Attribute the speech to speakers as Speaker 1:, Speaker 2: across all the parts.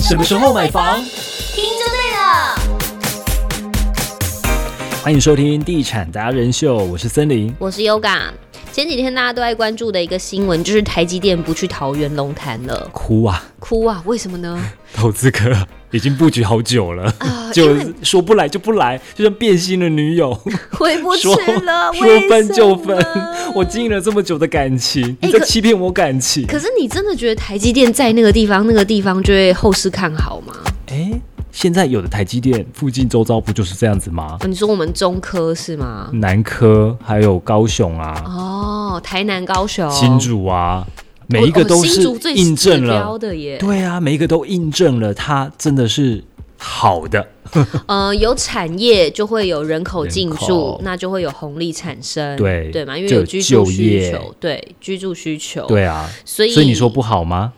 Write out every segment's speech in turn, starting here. Speaker 1: 什么时候买房？
Speaker 2: 听就对了。
Speaker 1: 欢迎收听《地产达人秀》，我是森林。
Speaker 2: 我是 Yoga。前几天大家都爱关注的一个新闻，就是台积电不去桃园龙潭了，
Speaker 1: 哭啊，
Speaker 2: 哭啊！为什么呢？
Speaker 1: 投资客已经布局好久了，
Speaker 2: 啊，因
Speaker 1: 就
Speaker 2: 为
Speaker 1: 说不来就不来，就像变心的女友，
Speaker 2: 回不去
Speaker 1: 说
Speaker 2: 了，
Speaker 1: 说分就
Speaker 2: 为
Speaker 1: 分
Speaker 2: 什么。
Speaker 1: 我经营了这么久的感情，
Speaker 2: 哎
Speaker 1: 你在
Speaker 2: 可
Speaker 1: 欺骗我感情。
Speaker 2: 可是你真的觉得台积电在那个地方，那个地方就会后市看好吗？
Speaker 1: 哎，现在有的台积电附近周遭不就是这样子吗？
Speaker 2: 哦你说我们中科是吗？
Speaker 1: 南科还有高雄啊、
Speaker 2: 哦，台南、高雄、
Speaker 1: 新竹啊，每
Speaker 2: 哦
Speaker 1: 一个
Speaker 2: 哦
Speaker 1: 都
Speaker 2: 新
Speaker 1: 是
Speaker 2: 竹最
Speaker 1: 印证
Speaker 2: 指
Speaker 1: 了
Speaker 2: 标的耶。
Speaker 1: 对啊，每一个都印证了它真的是好的。
Speaker 2: 呃，有产业就会有人口进
Speaker 1: 人
Speaker 2: 驻
Speaker 1: 口，
Speaker 2: 那就会有红利产生，
Speaker 1: 对
Speaker 2: 对嘛？因为
Speaker 1: 就
Speaker 2: 有
Speaker 1: 有
Speaker 2: 居住
Speaker 1: 就
Speaker 2: 需
Speaker 1: 业
Speaker 2: 求，对居住需求，。
Speaker 1: 对啊，
Speaker 2: 哦所以，
Speaker 1: 所以你说不，好吗？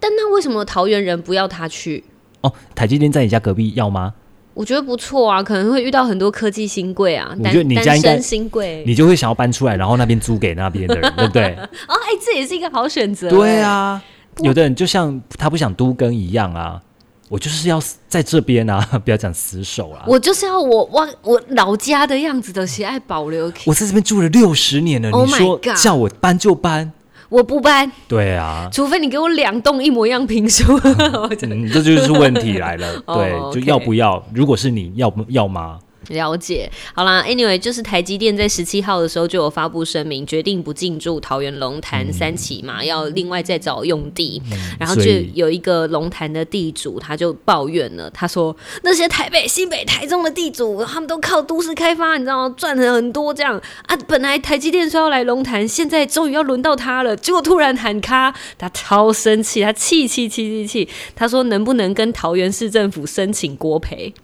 Speaker 2: 但那为什么桃园人不要他去？
Speaker 1: 哦，台积电在你家隔壁要吗？
Speaker 2: 我觉得不错啊，可能会遇到很多科技新贵啊，
Speaker 1: 我
Speaker 2: 单
Speaker 1: 觉得你家
Speaker 2: 单
Speaker 1: 应该
Speaker 2: 身新贵
Speaker 1: 你就会想要搬出来，然后那边租给那边的 人，对不对？
Speaker 2: 哦，哎、这也是一个好选择。
Speaker 1: 对，啊，有的人就像他不想都更一样啊，我就是要在这边啊， 不要讲死守啊。
Speaker 2: 我就是要我我我老家的样子的喜爱保留，
Speaker 1: 我在这边住了六十年了，
Speaker 2: Oh
Speaker 1: 你
Speaker 2: my
Speaker 1: 说
Speaker 2: God
Speaker 1: 叫我搬就搬？
Speaker 2: 我不搬，
Speaker 1: 对 啊，
Speaker 2: 除非你给我两栋一模一样 平数。 我真的
Speaker 1: 嗯，这就是问题来 了。
Speaker 2: 哦
Speaker 1: 对，
Speaker 2: OK
Speaker 1: 就要不要？如果是你要不要吗？
Speaker 2: 了解，好啦，Anyway，就是台积电在十七号的时候就有发布声明，决定不进驻桃园龙潭三期嘛，要另外再找用地。然后就
Speaker 1: 嗯所以
Speaker 2: 有一个龙潭的地主，他就抱怨了，他说那些台北、新北、台中的地主，他们都靠都市开发，你知道吗？赚了很多这样啊。本来台积电说要来龙潭，现在终于要轮到他了，结果突然喊卡，他超生气，他气气气气气，他说能不能跟桃园市政府申请国赔？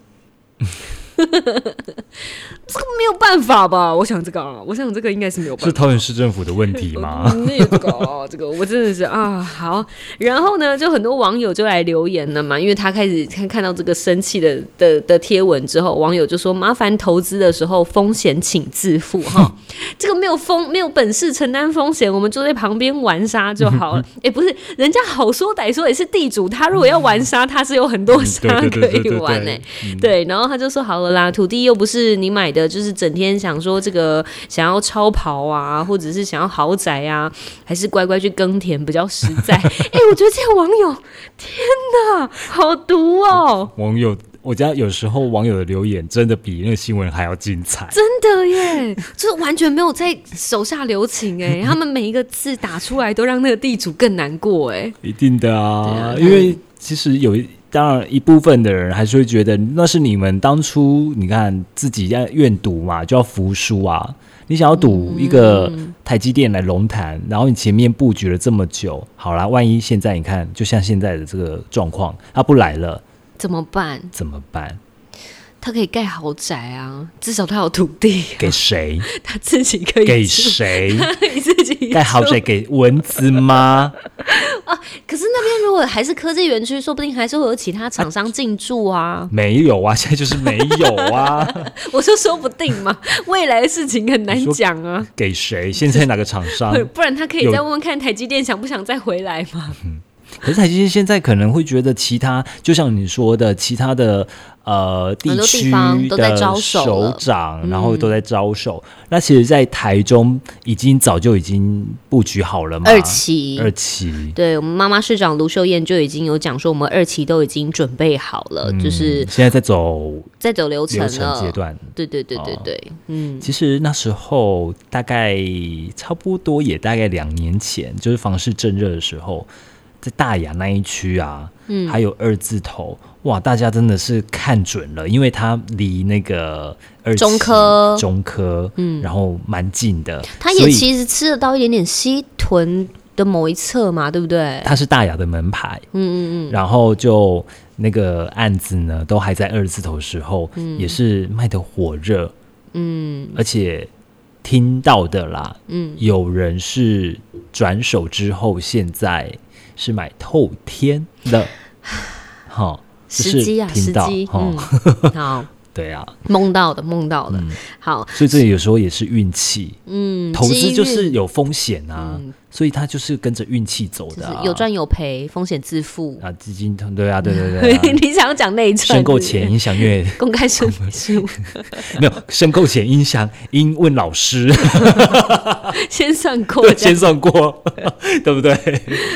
Speaker 2: 没有办法吧？我想这个 啊，我想这个应该是没有办
Speaker 1: 是
Speaker 2: 法。
Speaker 1: 桃园市政府的问题吗？
Speaker 2: 嗯那有这个哦，这个我真的是啊，好。然后呢，就很多网友就来留言了嘛，因为他开始看看到这个生气的的的贴文之后，网友就说：麻烦投资的时候风险请自负 哈，这个没有风没有本事承担风险，我们就在旁边玩沙就好了。
Speaker 1: 嗯
Speaker 2: 哎、不是，人家好说歹说也是地主，他如果要玩沙，他是有很多沙
Speaker 1: 嗯对对
Speaker 2: 可
Speaker 1: 对对
Speaker 2: 以
Speaker 1: 对
Speaker 2: 玩哎、
Speaker 1: 对嗯
Speaker 2: 对，然后他就说好了啦，土地又不是你买的，就是整天想说这个想要超跑啊，或者是想要豪宅啊，还是乖乖去耕田比较实 在。哎、我觉得这些网友，天哪，好毒哦，
Speaker 1: 网友，我家有时候网友的留言真的比那个新闻还要精彩。
Speaker 2: 真的耶，就是完全没有在手下留情哎，他们每一个字打出来都让那个地主更难过哎。
Speaker 1: 一定的
Speaker 2: 对啊
Speaker 1: 啊，因为其实有一当然一部分的人还是会觉得那是你们当初你看自己要愿赌嘛，就要服输啊。你想要赌一个台积电来龙潭，然后你前面布局了这么久，好啦，万一现在你看，就像现在的这个状况，他不来了
Speaker 2: 怎么办？
Speaker 1: 怎么办？
Speaker 2: 他可以盖豪宅啊，至少他有土地，
Speaker 1: 给谁？
Speaker 2: 他自己可以
Speaker 1: 给
Speaker 2: 住，
Speaker 1: 谁？
Speaker 2: 他可 以自己
Speaker 1: 盖豪
Speaker 2: 住
Speaker 1: 宅给蚊子吗？
Speaker 2: 可是那边如果还是科技园区，说不定还是会有其他厂商进驻啊。
Speaker 1: 没有啊， 现在就是没有啊。
Speaker 2: 我说说不定 嘛，未来的事情很难讲啊。
Speaker 1: 给谁？现在哪个厂商？
Speaker 2: 不然他可以
Speaker 1: 啊有
Speaker 2: 再问问看台积电想不想再回来嘛？
Speaker 1: 可是台积电现在可能会觉得其他，就像你说的，其他的呃地
Speaker 2: 很多地
Speaker 1: 区
Speaker 2: 方都在招
Speaker 1: 的
Speaker 2: 手
Speaker 1: 首
Speaker 2: 了
Speaker 1: 长，然后都在招手。那其实，在台中已经早就已经布局好了嘛，
Speaker 2: 二期。
Speaker 1: 二期，
Speaker 2: 对我们妈妈市长卢秀燕就已经有讲说，我们二期都已经准备好了，
Speaker 1: 嗯
Speaker 2: 就是
Speaker 1: 现在在走
Speaker 2: 在走流程
Speaker 1: 流
Speaker 2: 了。
Speaker 1: 程阶段。哦
Speaker 2: 对对对对对，嗯，
Speaker 1: 其实那时候大概差不多也大概两年前，就是房市正热的时候，在大雅那一区啊，嗯，还有二字头，哇，大家真的是看准了，因为它离那个二期
Speaker 2: 中科
Speaker 1: 中科，嗯，然后蛮近的，
Speaker 2: 他
Speaker 1: 所
Speaker 2: 也
Speaker 1: 以
Speaker 2: 其实吃得到一点点西屯的某一侧嘛，对不对？
Speaker 1: 它是大雅的门牌，
Speaker 2: 嗯嗯嗯，
Speaker 1: 然后就那个案子呢，都还在二字头的时候，
Speaker 2: 嗯
Speaker 1: 也是卖的火热，嗯，而且听到的啦，
Speaker 2: 嗯，
Speaker 1: 有人是转手之后，现在是买透天的， 好、就
Speaker 2: 时
Speaker 1: 是
Speaker 2: 机啊，时
Speaker 1: 听到哦
Speaker 2: 机，
Speaker 1: 哈、
Speaker 2: 嗯，好，
Speaker 1: 对啊，
Speaker 2: 梦到的，梦到的，好，
Speaker 1: 所以这有时候也是运气，
Speaker 2: 嗯，
Speaker 1: 嗯投资
Speaker 2: 机
Speaker 1: 就
Speaker 2: 遇
Speaker 1: 是有风险啊，
Speaker 2: 嗯
Speaker 1: 所以他就是跟着运气走
Speaker 2: 就
Speaker 1: 的、
Speaker 2: 是
Speaker 1: 啊，
Speaker 2: 有赚有赔，风险自负。，
Speaker 1: 啊，基金通对啊，对对对、啊
Speaker 2: 你想要讲那一串？
Speaker 1: 申购前，音响乐
Speaker 2: 公开申诉，
Speaker 1: 没有，申购前音响应问老 师，
Speaker 2: 先上过
Speaker 1: 对，
Speaker 2: 这
Speaker 1: 先
Speaker 2: 样
Speaker 1: 算过，对不对？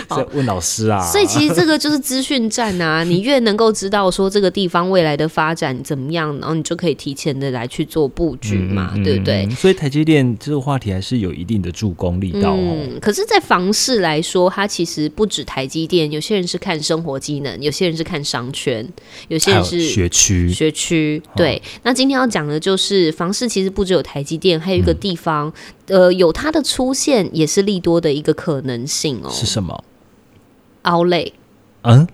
Speaker 2: 好
Speaker 1: 所以问老师啊，
Speaker 2: 所以其实这个就是资讯 站啊，你越能够知道说这个地方未来的发展怎么样，然后你就可以提前的来去做布局嘛，
Speaker 1: 嗯
Speaker 2: 对不对？？
Speaker 1: 所以台积电这个话题还是有一定的助攻力道哦。
Speaker 2: 嗯，可是，在房市来说，它其实不止台积电，有些人是看生活机能，有些人是看商圈，有些
Speaker 1: 还有
Speaker 2: 人是
Speaker 1: 学区，
Speaker 2: 学区。对，那今天要讲的就是房市，其实不只有台积电，还有一个地方，
Speaker 1: 嗯
Speaker 2: 呃，有它的出现也是利多的一个可能性哦。
Speaker 1: 是什么？
Speaker 2: 奥类，
Speaker 1: 嗯，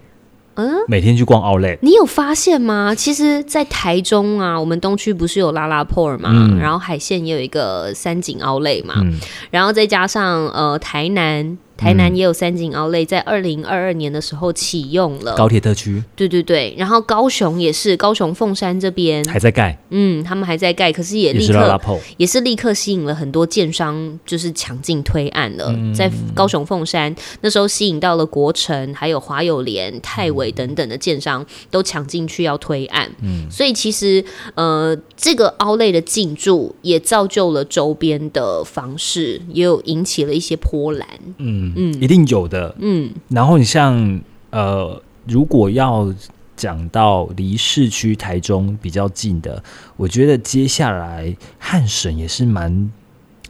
Speaker 2: 嗯，
Speaker 1: 每天去逛奥莱，
Speaker 2: 你有发现吗？其实，在台中啊，我们东区不是有拉拉破嘛，
Speaker 1: 嗯
Speaker 2: 然后海线也有一个三井奥莱嘛，
Speaker 1: 嗯，
Speaker 2: 然后再加上呃台南。台南也有三井奥莱，在二零二二年的时候启用了，
Speaker 1: 高铁特区
Speaker 2: 对对对，然后高雄也是，高雄凤山这边，
Speaker 1: 还在盖，
Speaker 2: 嗯，他们还在盖，可是也
Speaker 1: 也
Speaker 2: 立
Speaker 1: 是
Speaker 2: 刻
Speaker 1: 拉拉破，
Speaker 2: 也是立刻吸引了很多建商，就是抢进推案了。
Speaker 1: 嗯
Speaker 2: 在高雄凤山那时候吸引到了国城、还有华友联、泰伟等等的建商都抢进去要推案。
Speaker 1: 嗯
Speaker 2: 所以其实呃，这个凹类的进驻也造就了周边的房市，也有引起了一些波澜。
Speaker 1: 嗯嗯，一定有的，嗯。然后你像呃，如果要讲到离市区台中比较近的，我觉得接下来汉神也是蛮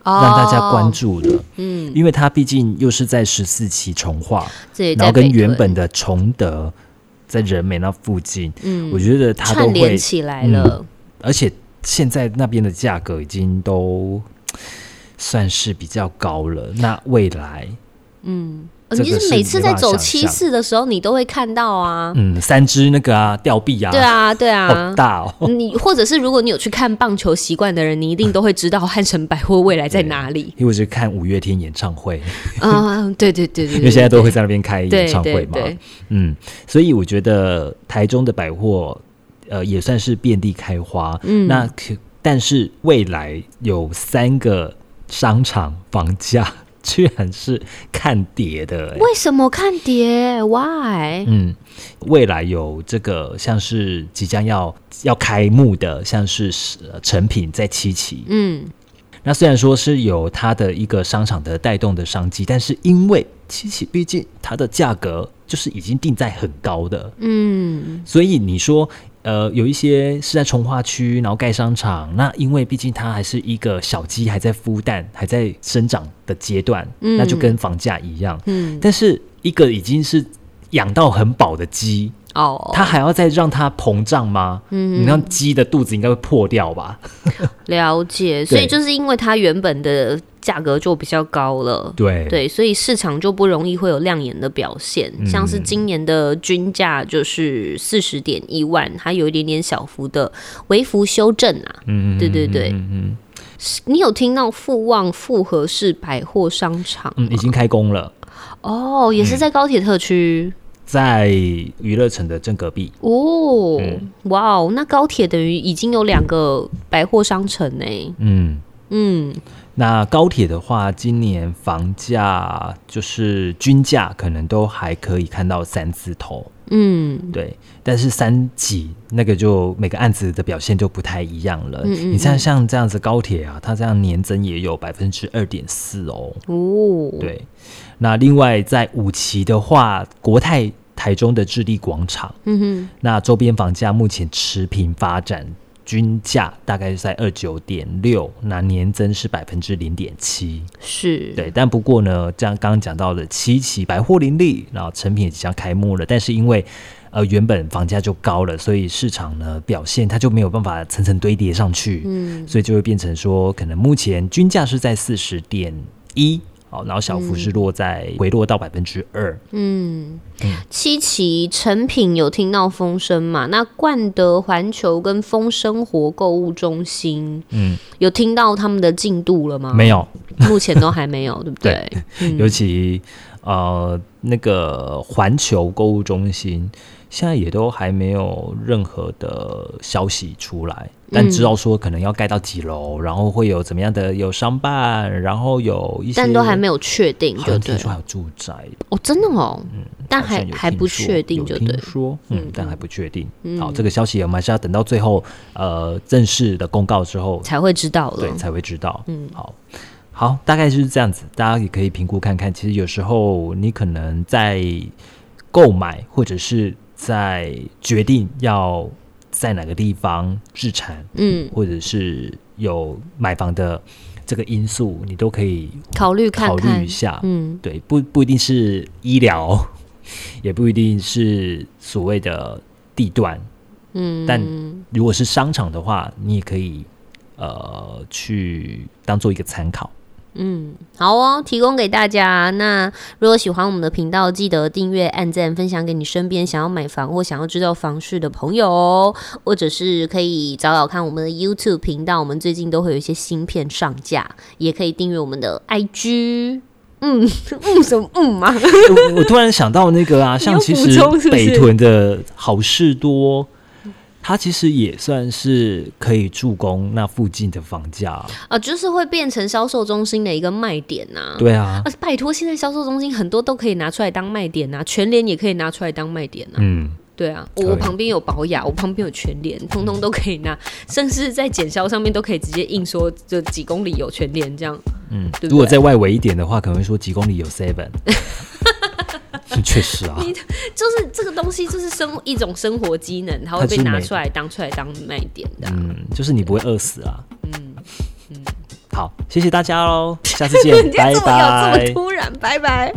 Speaker 1: 让大家关，注的，
Speaker 2: 哦嗯，
Speaker 1: 因为它毕竟又是在十四期重化，
Speaker 2: 这也
Speaker 1: 然
Speaker 2: 在
Speaker 1: 后跟
Speaker 2: 北屯
Speaker 1: 原本的崇德在仁美那附近，我
Speaker 2: 嗯
Speaker 1: 觉得它都
Speaker 2: 串
Speaker 1: 会嗯
Speaker 2: 联，起来了。
Speaker 1: 而且现在那边的价格已经都算是比较高了。那未来，
Speaker 2: 呃
Speaker 1: 这
Speaker 2: 你
Speaker 1: 个
Speaker 2: 就是每
Speaker 1: 没
Speaker 2: 次
Speaker 1: 办
Speaker 2: 在
Speaker 1: 法
Speaker 2: 走
Speaker 1: 想
Speaker 2: 七
Speaker 1: 象
Speaker 2: 四的时候，你都会看到啊。
Speaker 1: 嗯，三只那个啊，吊臂啊，
Speaker 2: 对，啊，对啊，
Speaker 1: 好大哦。
Speaker 2: 你或者是如果你有去看棒球习惯的人，你一定都会知道汉城百货未来在哪 里。
Speaker 1: 因为我是看五月天演唱会，
Speaker 2: 嗯，对对对对，
Speaker 1: 因为现在都会
Speaker 2: 对
Speaker 1: 在那边开演唱会嘛，
Speaker 2: 对对对
Speaker 1: 嗯，所以我觉得台中的百货，呃，也算是遍地开花。嗯，那可但是未来有三个商场房价 居然是看跌的、欸，
Speaker 2: 为什么看碟？Why？
Speaker 1: 嗯，未来有这个像是即将要要开幕的，像是呃成品在七期，
Speaker 2: 嗯，
Speaker 1: 那虽然说是有它的一个商场的带动的商机，但是因为七期毕竟它的价格就是已经定在很高的，
Speaker 2: 嗯，
Speaker 1: 所以你说呃有一些是在从化区，然后盖商场，那因为毕竟它还是一个小鸡还在孵蛋、还在生长的阶段，那就跟房价一样，
Speaker 2: 嗯，
Speaker 1: 但是一个已经是养到很饱的鸡，
Speaker 2: 哦，
Speaker 1: 它还要再让它膨胀吗？嗯，你让鸡的肚子应该会破掉 吧？
Speaker 2: 了解。所以就是因为它原本的价格就比较高了。
Speaker 1: 对嗯
Speaker 2: 对，所以市场就不容易会有亮眼的表现，像是今年的均价就是四十点一万，它有一点点小幅的微幅修正啊。
Speaker 1: 嗯
Speaker 2: 对对对
Speaker 1: 嗯嗯
Speaker 2: 你有听到富旺复合式百货商场
Speaker 1: 嗯，已经开工了。
Speaker 2: 哦，也是在高铁特区、
Speaker 1: 在娱乐城的正隔壁。
Speaker 2: 哦，
Speaker 1: 嗯
Speaker 2: 哇哦，那高铁等于已经有两个百货商城呢。
Speaker 1: 嗯，
Speaker 2: 嗯，
Speaker 1: 那高铁的话，今年房价就是均价可能都还可以看到三字头，
Speaker 2: 嗯，
Speaker 1: 对。但是三几那个就每个案子的表现就不太一样了。
Speaker 2: 嗯嗯
Speaker 1: 你像像这样子高铁啊，它这样年增也有百分之二点四哦。
Speaker 2: 哦，
Speaker 1: 对，那另外在五期的话，国泰台中的智利广场，
Speaker 2: 嗯哼，
Speaker 1: 那周边房价目前持平发展，均价大概是在二九点六，那年增是百分之零点七。
Speaker 2: 是，
Speaker 1: 对，但不过呢，这样刚刚讲到的七期百货林立，然后成品也即将开幕了，但是因为呃原本房价就高了，所以市场呢表现它就没有办法层层堆叠上去，
Speaker 2: 嗯，
Speaker 1: 所以就会变成说，可能目前均价是在四十点一。好，然后小幅是落在回落到百分之二，
Speaker 2: 嗯，七期成品有听到风声嘛？那冠德环球跟风生活购物中心，
Speaker 1: 嗯，
Speaker 2: 有听到他们的进度了吗？
Speaker 1: 没有，
Speaker 2: 目前都还没有，对不对？
Speaker 1: 尤其呃那个环球购物中心，现在也都还没有任何的消息出来，但
Speaker 2: 嗯
Speaker 1: 知道说可能要盖到几楼，然后会有怎么样的有商办，然后有一些，
Speaker 2: 但都还没有确定，
Speaker 1: 好
Speaker 2: 就
Speaker 1: 像
Speaker 2: 对
Speaker 1: 听说
Speaker 2: 了
Speaker 1: 还有住宅，
Speaker 2: 哦，真的哦，但
Speaker 1: 好像
Speaker 2: 还
Speaker 1: 有
Speaker 2: 还
Speaker 1: 听
Speaker 2: 不
Speaker 1: 说
Speaker 2: 确定，
Speaker 1: 有
Speaker 2: 就对
Speaker 1: 听
Speaker 2: 了。
Speaker 1: 说，嗯
Speaker 2: 嗯，
Speaker 1: 但还
Speaker 2: 嗯
Speaker 1: 不确定。好，这个消息我们还是要等到最后呃正式的公告之后，
Speaker 2: 才会知道了
Speaker 1: 对，。才会知道。
Speaker 2: 嗯
Speaker 1: 好，好，大概就是这样子，大家也可以评估看看。其实有时候你可能在购买，或者是在决定要在哪个地方置产，
Speaker 2: 嗯，
Speaker 1: 或者是有买房的这个因素，你都可以
Speaker 2: 考虑看
Speaker 1: 考虑
Speaker 2: 看
Speaker 1: 一。下。
Speaker 2: 嗯，
Speaker 1: 对，不不一定是医疗，也不一定是所谓的地段。
Speaker 2: 嗯，
Speaker 1: 但如果是商场的话，你也可以呃去当做一个参考。
Speaker 2: 嗯，好哦，提供给大家。那如果喜欢我们的频道，记得订阅、按赞、分享给你身边想要买房或想要知道房市的朋友哦，或者是可以找找看我们的 YouTube 频道，我们最近都会有一些新片上架，也可以订阅我们的 IG。嗯 嗯，什么嗯嘛？
Speaker 1: 我我突然想到那个啊，像
Speaker 2: 有
Speaker 1: 其
Speaker 2: 补
Speaker 1: 实
Speaker 2: 充是不
Speaker 1: 北
Speaker 2: 是
Speaker 1: 屯的好事多。它其实也算是可以助攻那附近的房价，
Speaker 2: 啊，就是会变成销售中心的一个卖点呐、
Speaker 1: 对啊，
Speaker 2: 啊，拜托，现在销售中心很多都可以拿出来当卖点呐、全联也可以拿出来当卖点呐、
Speaker 1: 嗯，
Speaker 2: 对啊，我我
Speaker 1: 对
Speaker 2: 旁边有保雅，我旁边有全联，通通都可以拿，甚至在减销上面都可以直接硬说这几公里有全联这样。
Speaker 1: 嗯，
Speaker 2: 对不
Speaker 1: 如果
Speaker 2: 对
Speaker 1: 在外围一点的话，可能会说几公里有 seven，确实啊，
Speaker 2: 就是这个东西，就是生一种生活机能，它会
Speaker 1: 它是
Speaker 2: 被拿
Speaker 1: 美
Speaker 2: 出来当出来当卖点的啊、 ，
Speaker 1: 嗯，就是你不会饿死啊，嗯嗯，好，谢谢大家喽，下次见
Speaker 2: 这
Speaker 1: 拜
Speaker 2: 么有
Speaker 1: 拜
Speaker 2: 这么。突然，拜拜。